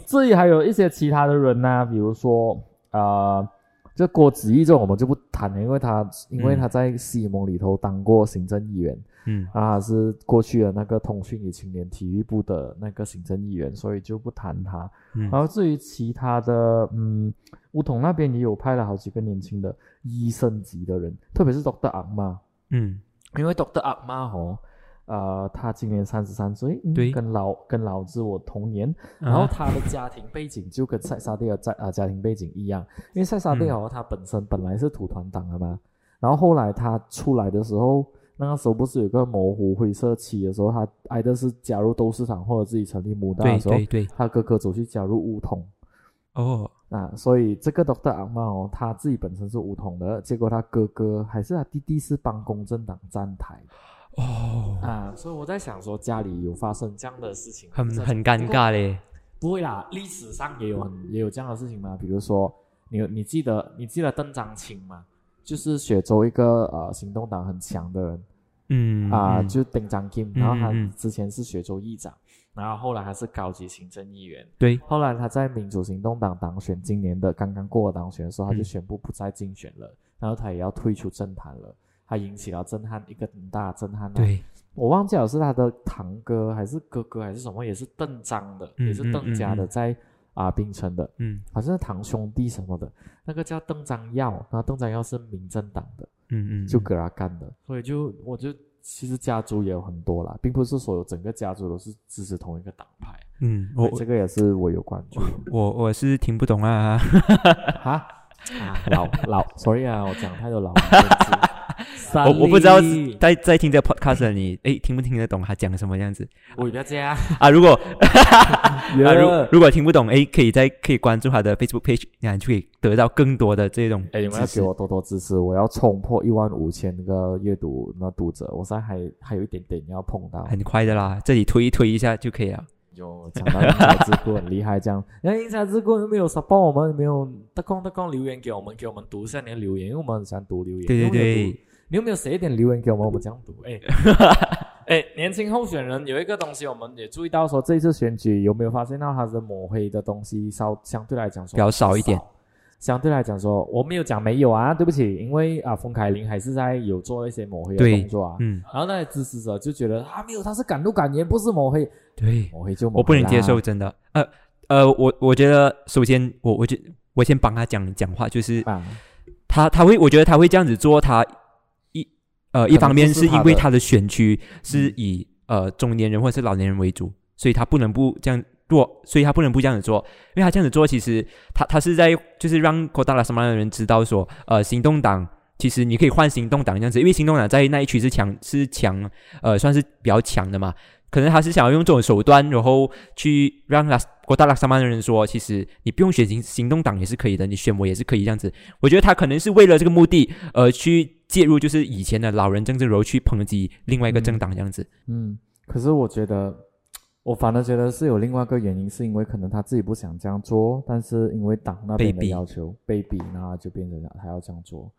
至于还有一些其他的人呢、啊比如说呃，这郭子仪这种我们就不谈了，因为他因为
嗯
他在西蒙里头当过行政议员。
嗯
啊，是过去的那个通讯与青年体育部的那个行政议员，所以就不谈他。
嗯
然后至于其他的，嗯，乌统那边也有派了好几个年轻的医生级的人，特别是 Doctor 阿妈，
嗯，
因为 Doctor 阿妈哦，呃，他今年三十三岁，嗯
对
跟老跟老子我同年，
啊
然后他的家庭背景就跟塞沙蒂尔在啊、家庭背景一样，因为塞沙蒂尔、
嗯
哦他本身本来是土团党的嘛，然后后来他出来的时候，那个时候不是有个模糊灰色期的时候，他挨的是加入斗市场或者自己成立母大
对
的时候，
对对，
他哥哥走去加入乌统
哦，
啊，所以这个 Doctor 阿茂哦他自己本身是乌统的，结果他哥哥还是他弟弟是帮公正党站台
哦，
啊，所以我在想说家里有发生这样的事情，
很
这种
很尴尬嘞，
不会啦，历史上也有很也有这样的事情嘛。比如说，你有你记得你记得邓章清吗？就是雪州一个呃行动党很强的人
嗯
啊、
嗯
就邓章清，然后他
嗯嗯嗯
之前是雪州议长，然后后来他是高级行政议员，
对，
后来他在民主行动党当选，今年的刚刚过了当选的时候，他就
嗯
宣布不再竞选了，然后他也要退出政坛了，他引起了震撼，一个很大的震撼、啊。
对，
我忘记了是他的堂哥还是哥哥还是什么，也是邓章的，
嗯
也是邓家
嗯
的，
嗯嗯
在啊、槟城的，
嗯
好像是堂兄弟什么的。那个叫邓章耀，然后邓章耀是民政党的，
嗯嗯，
就给他干的，所以就我就其实家族也有很多啦，并不是所有整个家族都是支持同一个党派。哎
嗯，我
这个也是我有关 注的
我我是听不懂啊，
哈啊，老老，sorry 啊，我讲太多 老人字
我我不知道
三立
在在听这 podcast 的你，诶，听不听得懂他讲什么样子
我不要这 样。
啊？如果啊，如
耶
如果听不懂，诶，可以在可以关注他的 Facebook page，那你就可以得到更多的这种
哎，你们要
知识
给我多多支持，我要冲破一万五千个阅读那读者，我现在还还有一点点要碰到。
很快的啦，这里推一推一下就可以了。
有讲到英才智库很厉害，这样，然后英才智库又没有 support 我们，没有得空得空留言给我们，给我们读一下你的留言，因为我们很喜欢读留言。
对
你
对
有没有读
对，，
你有没有写一点留言给我们？我们这样读，哎。哎，年轻候选人有一个东西，我们也注意到说，这一次选举有没有发现到他的抹黑的东西稍相对来讲说
比较少一点。
相对来讲说，我没有讲没有啊，对不起，因为啊，冯凯琳还是在有做一些抹黑的
对
动作啊。
嗯，
然后那些支持者就觉得啊，没有，他是敢怒敢言，不是抹黑，
对，
抹黑就抹黑啊
我不能
啦
接受，真的。呃呃，我我觉得首先我我就我先帮他讲讲话，就是
啊。
他他会，我觉得他会这样子做，他一呃一
可能
方面
就是
是
他
因为
的
他的选区是
嗯
以、呃中年人或者是老年人为主，所以他不能不这样做，所以他不能不这样子做，因为他这样子做，其实他他是在就是让科达拉什么的人知道说，呃，行动党其实你可以换行动党这样子，因为行动党在那一区是强是强，呃，算是比较强的嘛。可能他是想要用这种手段，然后去让拉国大拉萨曼的人说，其实你不用选行行动党也是可以的，你选我也是可以这样子。我觉得他可能是为了这个目的，呃，去介入就是以前的老人政治，然后去抨击另外一个政党这样子。
嗯，可是我觉得，我反而觉得是有另外一个原因，是因为可能他自己不想这样做，但是因为党那边
被
的
逼
要求被逼，那就变成他要这样做。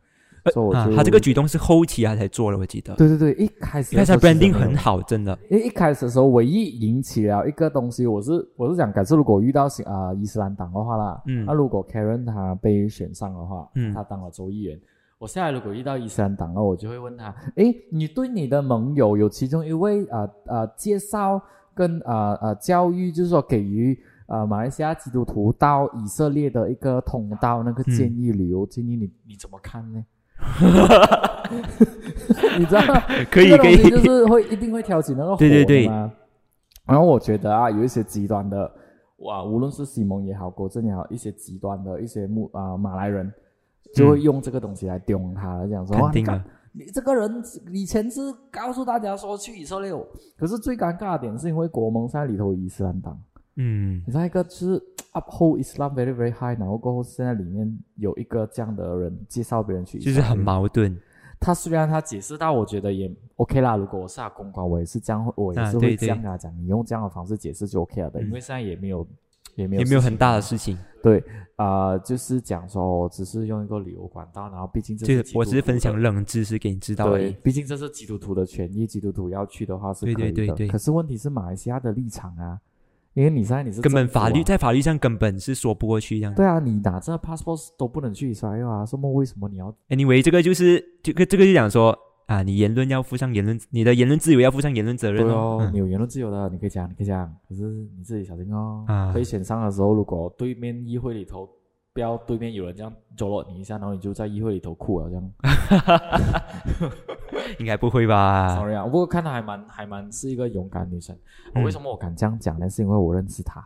呃
所以我
啊
就，
他这个举动是后期他才做了，我记得。
对对对，一开始
一开始他
的时候其
branding
实没有
很好，真的。
因为一开始的时候，唯一引起了一个东西，我是我是想，感受如果遇到新啊、伊斯兰党的话啦，
嗯
那如果 Karen 他被选上的话，
嗯
他当了州议员，我下来如果遇到伊斯兰党的话，我就会问他，诶，你对你的盟友有其中一位啊啊、介绍跟啊啊、教育，就是说给予。啊马来西亚基督徒到以色列的一个通道，那个建议旅游、建议你你怎么看 呢？ 你知道吗？
可以
这个
可以
东西就是会一定会挑起那个火的嘛
对对对
然后我觉得啊，有一些极端的，哇，无论是西蒙也好，国政也好，一些极端的一些穆啊、马来人，就会用这个东西来丢他，讲说
肯
哇，你
定
看
啊
你这个人以前是告诉大家说去以色列哦，可是最尴尬的点是因为国盟现在里头有伊斯兰党，
嗯
你知道一个就是 uphold Islam very very high，然后过后现在里面有一个这样的人介绍别人去，
就是很。矛盾。
他虽然他解释到，我觉得也 OK 啦。如果我是他公关，我也是这样，我也
啊
是
对
会这样
对
跟他讲，你用这样的方式解释就 OK 了的，
嗯
因为现在也没有也没有
也没有
事
很
情
大的事情，
对啊、呃就是讲说，我只是用一个旅游管道，然后毕竟这
就是
基
是我只
督
是
徒
分
的
享冷知识给你知道而
对
已。，
毕竟这是基督徒的权益，基督徒要去的话是可
对
以
对
的。
对对
可是问题是马来西亚的立场啊，因为你现在你是
根本
政府
法律
啊
在法律上根本是说不过去这样。
对啊，你拿着 passport 都不能去以色列啊，什么为什么你要
Anyway，这个就是这个这个就讲说啊，你言论要负上言论，你的言论自由要负上言论责任
对
哦。
哦，
嗯
你有言论自由的，你可以讲，你可以讲，可是你自己小心哦。
啊
被选上的时候，如果对面议会里头，不要对面有人这样走落你一下，然后你就在议会里头哭了啊这样。
应该不会吧？
Sorry 啊，不过看她还蛮还蛮是一个勇敢女生。
嗯
为什么我敢这样讲呢？是因为我认识她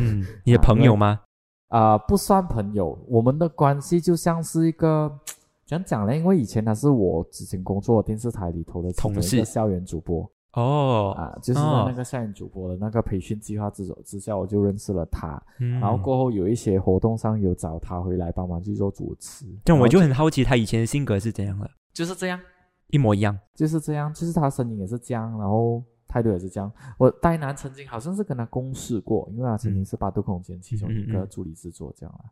嗯，你的朋友吗？
啊、不算朋友，我们的关系就像是一个。怎样讲呢？因为以前她是我之前工作的电视台里头的其
同
中一
事
个校园主播，
哦，
啊，就是在
哦
那个校园主播的那个培训计划之手之下，我就认识了他。
嗯
然后过后有一些活动上有找他回来帮忙去做主持，
但我
然后
就很好奇他以前的性格是怎样的，
就是这样，
一模一样。
就是这样，就是他声音也是这样，然后态度也是这样。我戴南曾经好像是跟他共事过，因为他曾经是八度空间其中一
嗯嗯
个
嗯
助理制作这样啦。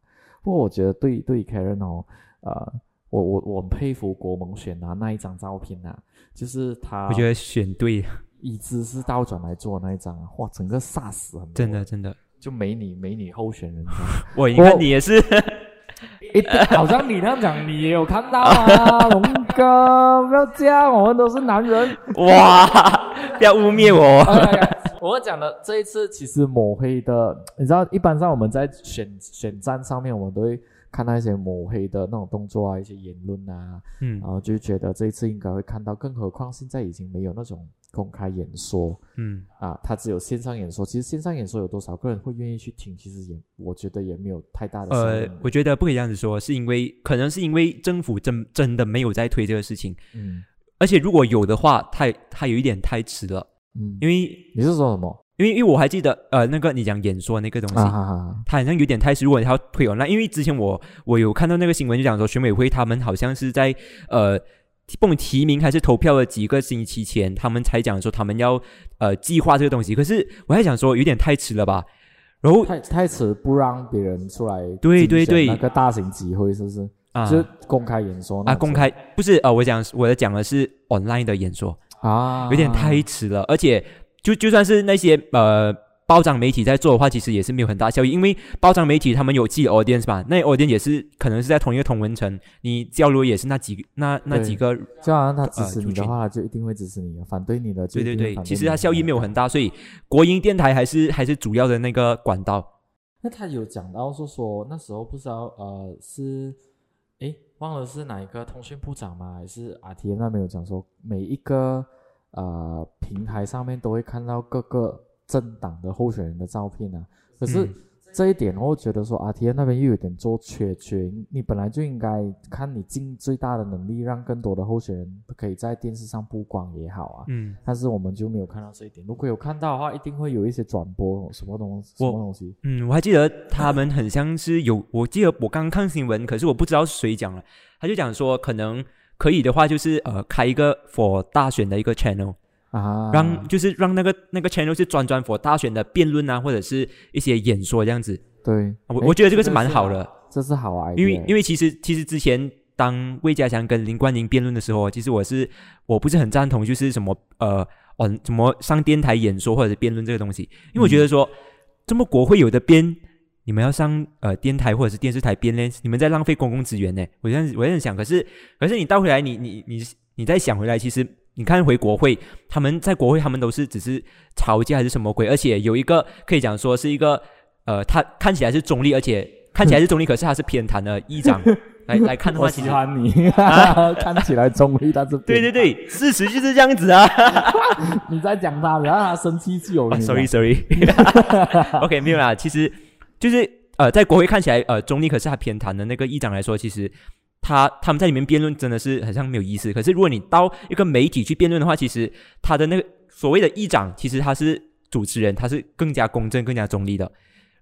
不过我觉得对对 Karen 哦，呃，我我我很佩服国盟选啊那一张照片啊，就是他
我觉得选对，
椅子是倒转来做的那一张啊，哇，整个煞死很多
真的真的。
就美女美女候选人这样。
我你看你 也是，
一定 好像你那样讲，你也有看到 啊，龙哥，不要这样，我们都是男 人。
哇，不要污蔑我。
哎呀我们讲的这一次其实抹黑的，你知道，一般上我们在选选战上面，我们都会看到一些抹黑的那种动作啊，一些言论啊，
嗯
然后就觉得这一次应该会看到，更何况现在已经没有那种公开演说
嗯，
啊，它只有线上演说。其实线上演说有多少个人会愿意去听？其实也，我觉得也没有太大的效
呃
应。，
我觉得不可以这样子说，是因为可能是因为政府真真的没有在推这个事情，
嗯
而且如果有的话，太它有一点太迟了，
嗯，
因为
你是说什么
因为因为我还记得呃那个你讲演说那个东西，
啊？哈哈哈。
它好像有点太迟，如果它要推 online，因为之前我我有看到那个新闻就讲说选委会他们好像是在呃。不管提名还是投票的几个星期前，他们才讲说他们要呃计划这个东西。可是我还想说，有点太迟了吧。然后啊
太太迟，不让别人出来
对
竞
对
选
对
那个大型集会是不是？
啊
就是公开演说那
啊，
种
公开不是呃，我讲我的讲的是 online 的演说，
啊，
有点太迟了，而且就就算是那些呃包装媒体在做的话，其实也是没有很大效益，因为包装媒体他们有自己的 audience 嘛，那 audience 也是可能是在同一个同文层，你交流也是那几那那
对
几个，
就好像他支持你的话，他就一定会支持你的；反对你的，
对对对，其实它
他
效益没有很。大，所以国营电台还是还是主要的那个管道，
那他有讲到说说那时候不知道呃是，诶忘了是哪一个通讯部长吗？还是阿田那边有讲说每一个呃平台上面都会看到各个政党的候选人的照片啊，可是。
嗯
这一点，我会觉得说阿 T N 那边又有点做缺缺，你本来就应该看你尽最大的能力，让更多的候选人可以在电视上曝光也好啊。
嗯，
但是我们就没有看到这一点。如果有看到的话，一定会有一些转播，什么东什么东西。
嗯，我还记得他们很像是有，我记得我刚刚看新闻，可是我不知道是谁讲了，他就讲说可能可以的话，就是呃开一个 for 大选的一个 channel，
啊，
让、就是让那个那个 channel 是专专 for 大选的辩论啊，或者是一些演说这样子。
对，
我
诶
我觉得这个是蛮好的，
这是好 idea，
因为因
为
为其实其实之前当魏家祥跟林冠英辩论的时候，啊其实我是我不是很赞同，就是什么呃哦什么上电台演说或者是辩论这个东西，因为我觉得说、这么国会有的辩，你们要上呃电台或者是电视台辩论，你们在浪费公共资源呢。我这样我这样想，可是可是你倒回来，你你你你再想回来，其实你看回国会，他们在国会他们都是只是吵架还是什么鬼，而且有一个可以讲说是一个呃，他看起来是中立，而且看起来是中立，可是他是偏袒的议长来来看的
我
话，其
喜
实。
欢你， 看起来中立，但是
对对对，事实就是这样子啊。
你在讲他，然后他生气就有你
啊
了。
，sorry sorry 。OK，没 有啦，其实就是呃，在国会看起来呃中立，可是他偏袒的那个议长来说，其实他他们在里面辩论真的是很像没有意思。可是如果你到一个媒体去辩论的话，其实他的那个所谓的议长，其实他是主持人，他是更加公正、更加中立的。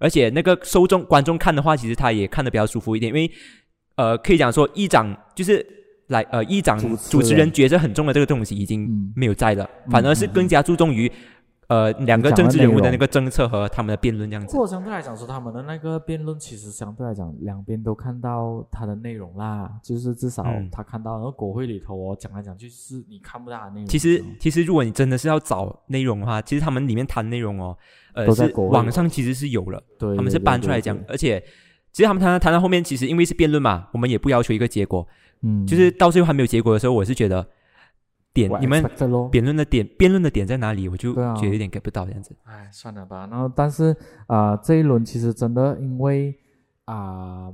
而且那个受众观众看的话，其实他也看得比较舒服一点，因为呃，可以讲说议长就是来呃议长
主持人
主持人角色很重的这个东西已经
嗯
没有在了，
嗯
反而是更加注重于呃两个政治人物的那个政策和他们的辩论这样
不
子。
过相对来讲说，他们的那个辩论其实相对来讲，两边都看到他的内容啦，就是至少
嗯
他看到，然后国会里头哦，讲来讲去是你看不到的内容。
其实，其实如果你真的是要找内容的话，其实他们里面谈内容哦，呃，
都在
是
国外
网上其实是有了，
哦对，
他们是搬出来讲，而且其实他们谈谈到后面，其实因为是辩论嘛，我们也不要求一个结果，
嗯，
就是到最后还没有结果的时候，我是觉得点你们
咯，
辩论的点辩论的点在哪里，我就
对啊
觉得有点 get 不到这样子。
哎，算了吧。然后，但是啊、呃这一轮其实真的因为啊、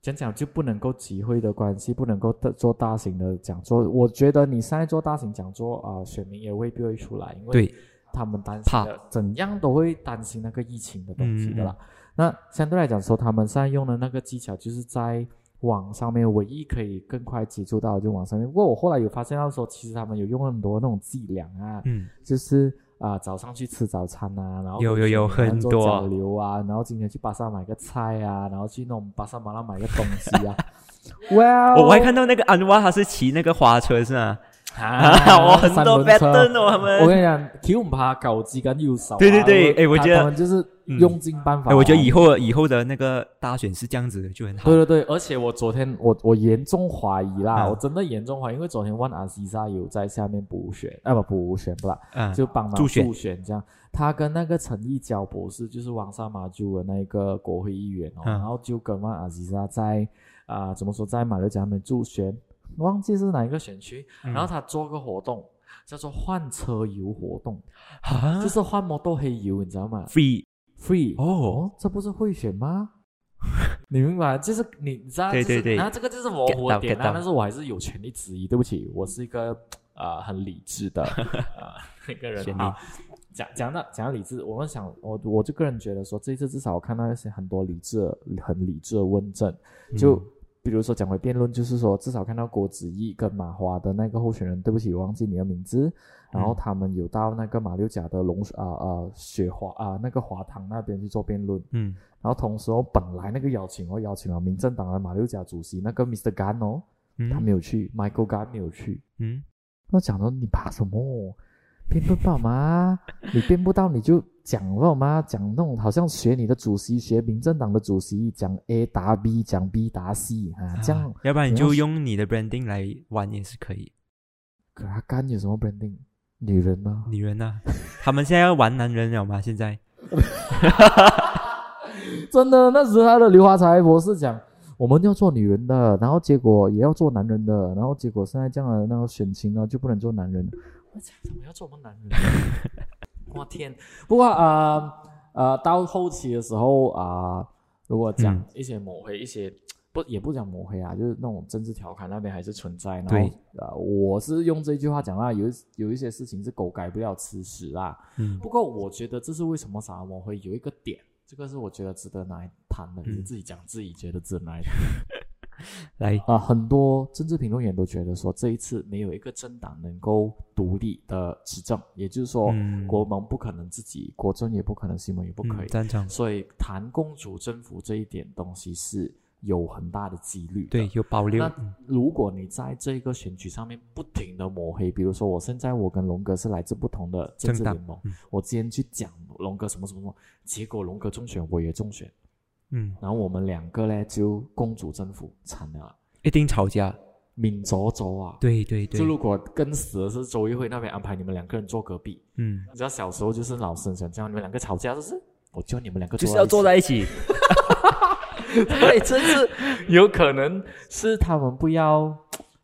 讲讲就不能够集会的关系，不能够的做大型的讲座。我觉得你现在做大型讲座啊、选民也未必会出来，因为
对，
他们担心的，怎样都会担心那个疫情的东西的
嗯
啦。那相对来讲说，他们现在用的那个技巧，就是在网上面唯一可以更快接触到的，就网上面。不过我后来有发现到说，其实他们有用很多那种伎俩啊，
嗯，
就是啊、早上去吃早餐啊，然后
有有有
回去
很
做
多
交流啊，然后今天去巴萨买个菜啊，然后去那种巴萨马拉买个东西啊。 哇、
我我还看到那个安娃，他是骑那个花车是吗？
啊
我很多 b a
三
t
轮车
t 哦，他们。
我跟你讲，体五爬搞基跟右手啊、
对对对哎我
他
觉得
他们就是
嗯
用尽办法啊、
哎，我觉得以后以后的那个大选是这样子的，就很好
对。对对，而且我昨天我我严重怀疑啦，
嗯
我真的严重怀疑，因为昨天万阿西莎有在下面补选，啊不补选不啦，
嗯，
就帮忙
助选
这样。他跟那个陈义娇博士，就是王萨马朱的那个国会议员哦，
嗯
然后就跟万阿西莎在啊、怎么说，在马六甲那边助选，忘记是哪一个选区，
嗯
然后他做个活动。叫做换车游活动，
啊
就是换摩托黑油，你知道吗
，free
？Free 哦，
哦，
这不是贿选吗？ 你明白，就是你你知道，
对
就是
对对
然后这个就是模
get
糊
到
的点
get
啦
到，
但是我还是有权利质疑，对不起，我是一个呃很理智 的呃一个人
选
啊。讲讲到讲到理智，我们想我我就个人觉得说，这一次至少我看到一些很多理智的很理智的问政，就
嗯
比如说讲回辩论，就是说至少看到郭子仪跟马华的那个候选人，对不起，我忘记你的名字。然
嗯
后他们有到那个马六甲的龙啊啊雪华啊那个华堂那边去做辩论，
嗯
然后同时哦，本来那个邀请哦，邀请了民政党的马六甲主席那个 Mr. Gan 哦，他
嗯
没有去，Michael Gan 没有去。
嗯，
那讲到你怕什么？辩不到嘛，啊你辩不到你就讲了嘛，讲那种好像学你的主席，学民政党的主席，讲 A 答 B，讲 B 答 C 啊，这样
啊要不然你
我
就
要
用你的 branding 来玩也是可以。
可他干有什么 branding？女人吗？
女人呐， 他们现在要玩男人了吗？现在
真的，那时他的刘华才博士讲，我们要做女人的，然后结果也要做男人的，然后结果现在这样的那个选情啊呢，就不能做男人。我讲怎么要做我们男人？啊 我天！不过啊呃到后期的时候啊、呃如果讲
嗯
一些抹黑，一些不也不讲抹黑啊，就是那种政治调侃那边还是存在。然后
对
呃，我是用这句话讲啦，有一有一些事情是狗改不了吃屎啦。
嗯
不过我觉得这是为什么沙漠会有一个点，这个是我觉得值得拿来谈的，你
嗯
自己讲自己觉得值得拿来谈。
来，嗯
啊、很多政治评论员都觉得说，这一次没有一个政党能够独立的执政，也就是说，
嗯
国盟不可能自己，国政也不可能，新盟也不可以
嗯，，赞成，
所以谈共主政府这一点东西是有很大的几率的。
对，有保留，嗯
那如果你在这个选举上面不停的抹黑，比如说我现在我跟龙哥是来自不同的政治
政党
联盟，
嗯
我今天去讲龙哥什么什么什么，结果龙哥中选，我也中选，
嗯，
然后我们两个呢就共主政府，惨了啊，
一定吵架，
抿着走啊。
对对对
就，如果跟死的是周一会那边安排你们两个人坐隔壁，
嗯，
你知道小时候就是老生常讲，你们两个吵架就是我叫你们两个
就是要坐
在
在一 起，
一起，对，真是有可能是他们不要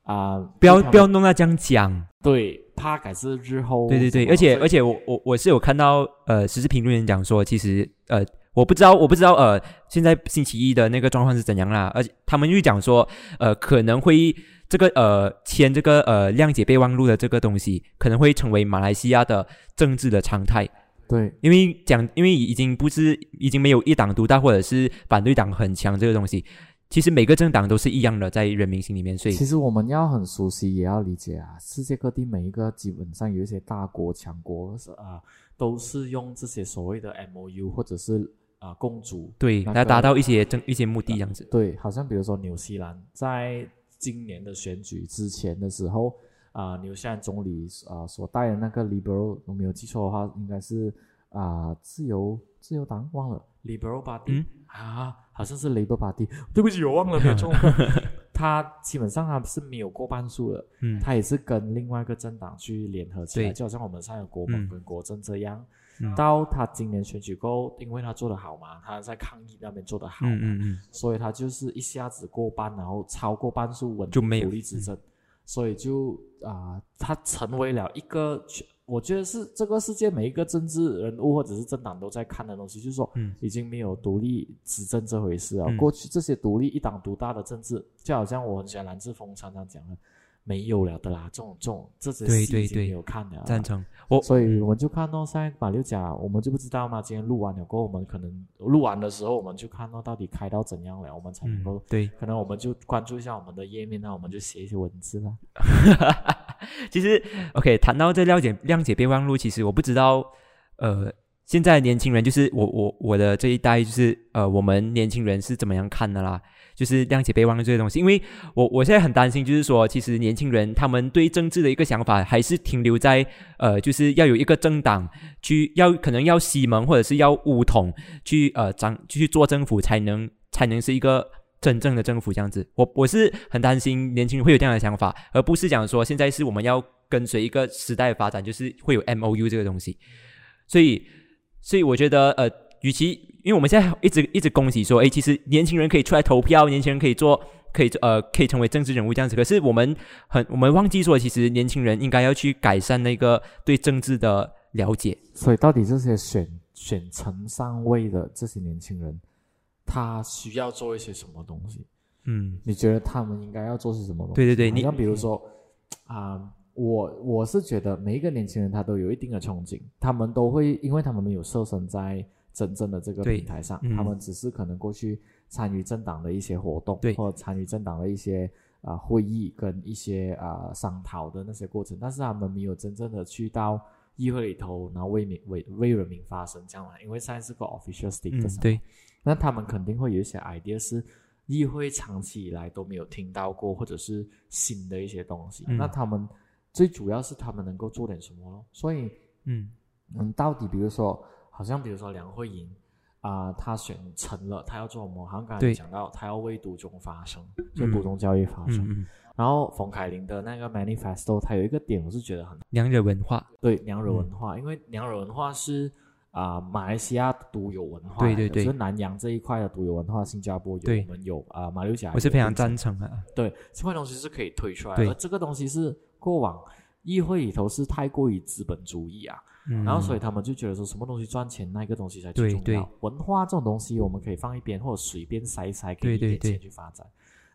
啊、
不要
是他们
不要弄到这样讲，
对，怕改是日后
对对对，
什么
而且
所以
而且我我我是有看到呃，时事评论员讲说，其实呃，我不知道我不知道呃，现在星期一的那个状况是怎样啦，而且他们就讲说，呃，可能会这个呃签这个呃谅解备忘录的这个东西，可能会成为马来西亚的政治的常态，
对
因为讲因为已经不是已经没有一党独大或者是反对党很强这个东西，其实每个政党都是一样的，在人民心里面，所以
其实我们要很熟悉，也要理解啊。世界各地每一个基本上有一些大国强国是啊、都是用这些所谓的 MOU 或者是啊、共主
对
那
来达
个
到一些政一些目的这样子，
对，好像比如说纽西兰在今年的选举之前的时候啊、纽西兰总理啊、所带的那个 Liberal，我没有记错的话，应该是啊、自由自由党忘了 Liberal Party、
嗯
啊，好像是 Labor Party，对不起，我忘了，没有 中文。他基本上他是没有过半数的，
嗯
他也是跟另外一个政党去联合起来，
对
就好像我们现在有国
嗯
盟跟国政这样。
嗯
到他今年选举过后，因为他做得好嘛，他在抗疫那边做得好嘛，
嗯嗯嗯，
所以他就是一下子过半，然后超过半数稳
就没有
独立执政，所以就啊、他成为了一个全，我觉得是这个世界每一个政治人物或者是政党都在看的东西，就是说，
嗯
已经没有独立执政这回事啊。
嗯
过去这些独立一党独大的政治，就好像我很喜欢蓝志峰常常讲的，没有了的啦，这种这种这些
对
戏
对
已经没
对
有看了啊
赞成我。嗯
所以我们就看到现在马六甲，我们就不知道嘛。今天录完了过后，我们可能录完的时候，我们就看到到底开到怎样了，我们才能够、
嗯，对，
可能我们就关注一下我们的页面，那我们就写一些文字啦。
其实 OK，谈到这谅解谅解备忘录，其实我不知道，呃，现在年轻人就是我我我的这一代，就是呃，我们年轻人是怎么样看的啦？就是谅解备忘录这些东西，因为我我现在很担心，就是说，其实年轻人他们对政治的一个想法还是停留在呃，就是要有一个政党去要可能要西蒙或者是要乌统去呃掌去做政府才能才能是一个真正的政府这样子。我我是很担心年轻人会有这样的想法，而不是讲说现在是我们要跟随一个时代的发展，就是会有 M O U 这个东西。所以，所以我觉得呃，与其因为我们现在一直一直恭喜说，诶，其实年轻人可以出来投票，年轻人可以做。可以做呃，可以成为政治人物这样子，可是我们很我们忘记说，其实年轻人应该要去改善那个对政治的了解。
所以到底这些选选层上位的这些年轻人，他需要做一些什么东西？
嗯，
你觉得他们应该要做些什么东西？
对对对
好
你嗯
像比如说啊、我我是觉得每一个年轻人他都有一定的憧憬，他们都会，因为他们没有设身在真正的这个
对
平台上，
嗯
他们只是可能过去参与政党的一些活动，
对
或者参与政党的一些啊、会议跟一些啊、商讨的那些过程，但是他们没有真正的去到。议会里头，然后为民为为人民发声，这样嘛，因为现在是个 official status，
嗯
嘛、，
对，
那他们肯定会有一些 idea 是议会长期以来都没有听到过，或者是新的一些东西。
嗯
那他们最主要是他们能够做点什么咯。所以，
嗯
嗯，到底比如说，好像比如说梁慧莹啊、她选成了，她要做什么？好像刚才
对
你讲到，她要为独中发声，
嗯
为独中教育发
嗯
声。
嗯，
然后冯凯琳的那个 manifesto，它有一个点，我是觉得很
娘惹文化，
对娘惹文化，因为娘惹文化是啊、马来西亚独有文化来的，
对对对
就是南洋这一块的独有文化，新加坡有，
对
我们有啊、马六甲，
我是非常，赞成啊的。
对这块东西是可以推出来，
对
而这个东西是过往议会里头是太过于资本主义啊，
嗯，
然后所以他们就觉得说什么东西赚钱，那一个东西才最
对
重要。
对
文化这种东西，我们可以放一边，或者随便塞一塞，给
对
你一
对
点
对
钱去发展。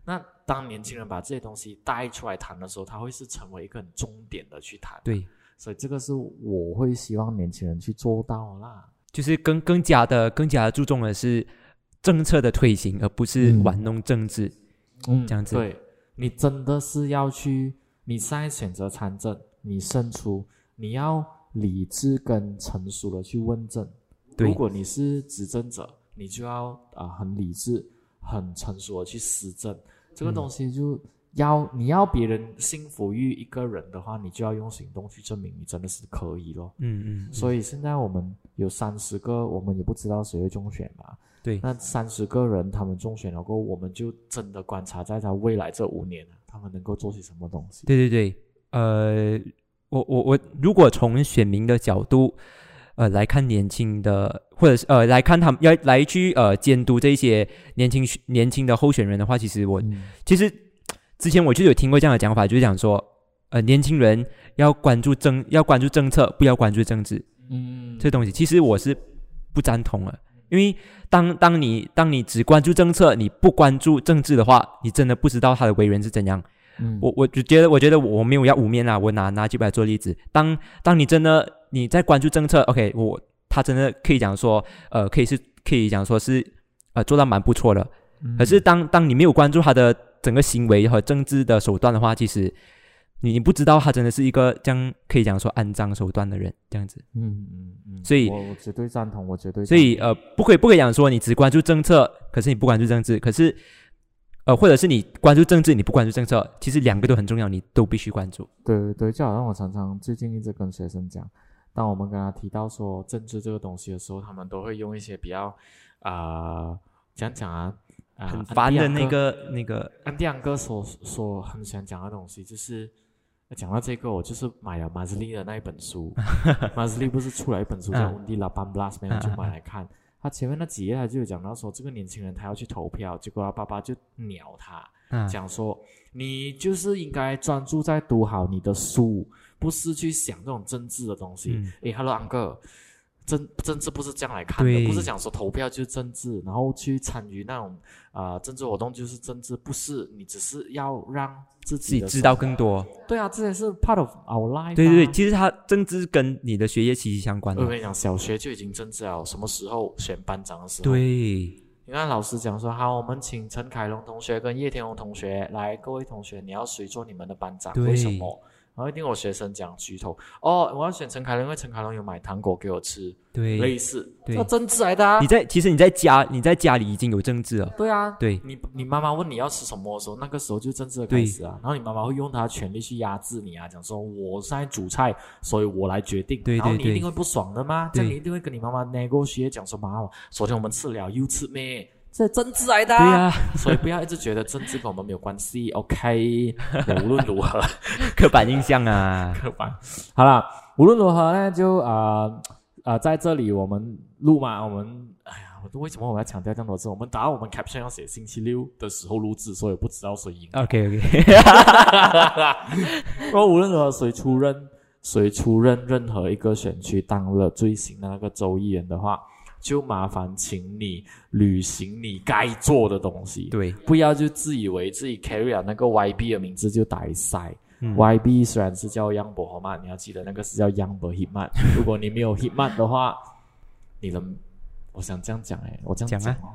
那当年轻人把这些东西带出来谈的时候，他会是成为一个很重点的去谈。
对
所以这个是我会希望年轻人去做到的啦。
就是更更加的更加注重的是政策的推行，而不是
嗯
玩弄政治。
嗯
这样子
对，你真的是要去，你现在选择参政，你胜出，你要理智跟成熟的去问政。
对
如果你是执政者，你就要啊、呃很理智、很成熟的去施政。这个
嗯
东西就要、你要别人信服于一个人的话，你就要用行动去证明你真的是可以咯。
嗯嗯，嗯
所以现在我们有三十个，我们也不知道谁会中选嘛。
对
那三十个人他们中选了过后，我们就真的观察在他未来这五年啊，他们能够做些什么东西。
对对对，呃，我我我，如果从选民的角度，呃，来看年轻的，或者是呃，来看他们要来去呃监督这一些年轻选年轻的候选人的话，其实我
嗯
其实之前我就有听过这样的讲法，就是讲说，呃，年轻人要关注政要关注政策，不要关注政治。
嗯
这东西，其实我是不赞同的，因为当当你当你只关注政策，你不关注政治的话，你真的不知道他的为人是怎样。
嗯
我我就觉得，我觉得我没有要污蔑啦，我拿拿几百做例子。当当你真的你在关注政策，OK，我他真的可以讲说，呃，可以是可以讲说是呃做到蛮不错的。可是当当你没有关注他的整个行为和政治的手段的话，其实你你不知道他真的是一个这样可以讲说肮脏手段的人这样子。
嗯嗯嗯，
所以
我我绝对赞同，我绝对赞同
所以呃，不可以不可以讲说你只关注政策，可是你不关注政治，可是呃，或者是你关注政治，你不关注政策，其实两个都很重要，你都必须关注。
对对对，就好像我常常最近一直跟学生讲，当我们跟他提到说政治这个东西的时候，他们都会用一些比较啊、讲讲啊，啊
很烦的那
个。
个那个，
安迪昂哥所所很想讲的东西，就是讲到这个，我就是买了马斯利的那一本 书，马斯利不是出来一本书叫《温蒂拉班布拉斯》吗？
嗯
我就买来看。他前面那几页他就有讲到说，这个年轻人他要去投票，结果他爸爸就鸟他，
啊，
讲说你就是应该专注在读好你的书，不是去想这种政治的东西。
嗯
诶 h e l l o uncle，政政治不是这样来看的，
对
不是讲说投票就是政治，然后去参与那种啊、呃政治活动就是政治，不是，你只是要让自
自己
己的
知道更多。
生，对啊，这也是 part of our life、啊。
对对对，其实它政治跟你的学业息息相关
我
的。
跟你讲，小学就已经政治了，什么时候选班长的时候，
对，
你看老师讲说，好，我们请陈凯龙同学跟叶天龙同学来，各位同学，你要谁做你们的班长？
对
为什么？然后一定有学生讲举头，哦，我要选陈凯龙，因为陈凯龙有买糖果给我吃，类
对，
似，
对
这政治来的啊
你。在其实你在家你在家里已经有政治了。
对啊，
对
你你妈妈问你要吃什么的时候，那个时候就政治的开始啊。然后你妈妈会用她的权力去压制你啊，讲说我现在煮菜，所以我来决定。
对
然后
对
你
对
一定会不爽的嘛，这
对
样你一定会跟你妈妈 negotiate，讲说妈，昨天我们吃了又吃咩，这政治来的、啊
对啊呀、
所以不要一直觉得政治跟我们没有关系 ，OK？无论如何，
刻板印象啊，
刻板。好啦，无论如何呢，就呃呃，在这里我们录嘛，我们哎呀，我都为什么我要强调这么多次？我们打我们 caption 要写星期六的时候录制，所以不知道谁赢。
OK OK，
不过无论如何，谁出任谁出任任何一个选区当了最新的那个州议员的话，就麻烦请你履行你该做的东西。
对，
不要就自以为自己 carry 了那个 YB 的名字就打一塞。
嗯
YB 虽然是叫 Young b o h m a 你要记得那个是叫 Young b o Hitman。如果你没有 Hitman 的话，你能，我想这样讲哎、我这样
讲
讲
啊哦
哦，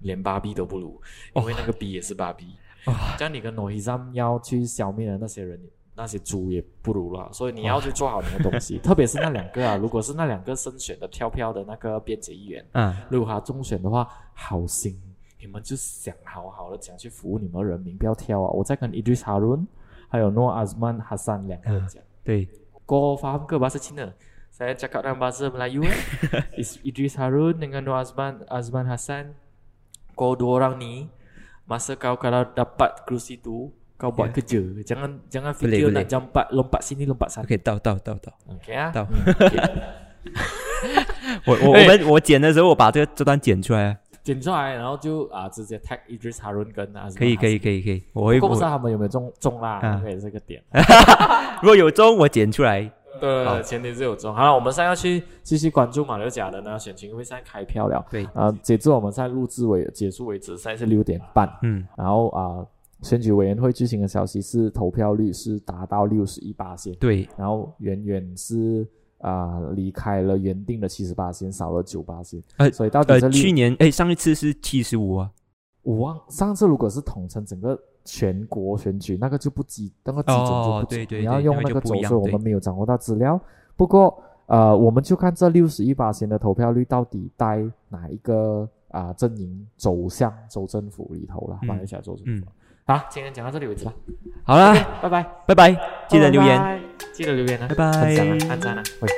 连芭比都不如，因为那个 B 也是芭比。
哇
这样你跟 Nohizam 要去消灭的那些人。那些猪也不如了，所以
哦
你要去做好你的东 西，特别是那两个啊，如果是那两个胜选的跳票的那个编辑议员，
啊，
如果他中选的话，好心，你们就想好好的讲去服务你们人民，不要挑啊！我在跟 Idris Harun 还有 Noor Azman Hassan 两个人讲，
对，
kau faham ke bahasa Cina? Saya cakap dalam bahasa Melayu. eh. Is Idris Harun dengan Noor Azman Azman Hassan. Kau dua orang ni masa kau kalau dapat kerusi tu kau buat kerja. Jangan jangan
Ya. Boleh,
fikir
boleh.
nak jumpa lompat sini lompat sana.
OK，到到到到，
Okey ah.
到
Okay.
我我我们我剪的时候，我把这个这段剪出来啊，
剪出来，然后就啊直接 tag Idris Harun 跟 Azman
可以可
Hassan
以可以可以，我会
我不
我
知道他们有没有中中啦，
啊
可以这个点。
如果有中我剪出来，好
对，前提是有中。好了，我们现在要去继续关注马六甲的呢选情，因为现在开票了。
对，
啊、截至我们在录制为结束为止，现在是六点半。
嗯，
然后啊、选举委员会最新的消息是投票率是达到六十一八线，
对，
然后远远是啊、离开了原定的七十八线，少了九八线，
呃
所以到底
呃
这，六
去年哎，上一次是七十五啊，
我忘上次如果是统称整个全国选举，那个就不集，那个集中就不
哦
准
对对
你要
对
用
那
那
个就
个
不
轴
一样
所以我
对
们没有掌握到资料。不过呃，我们就看这六十一八的投票率到底带哪一个啊、阵营走向州政府里头了，
嗯
马来西亚州政
嗯
府。好，今天讲到这里为止了，
好啦，
拜拜，
拜拜，记得留言，
拜拜，记得留言啊，
拜拜
分享啊，按赞啊，喂。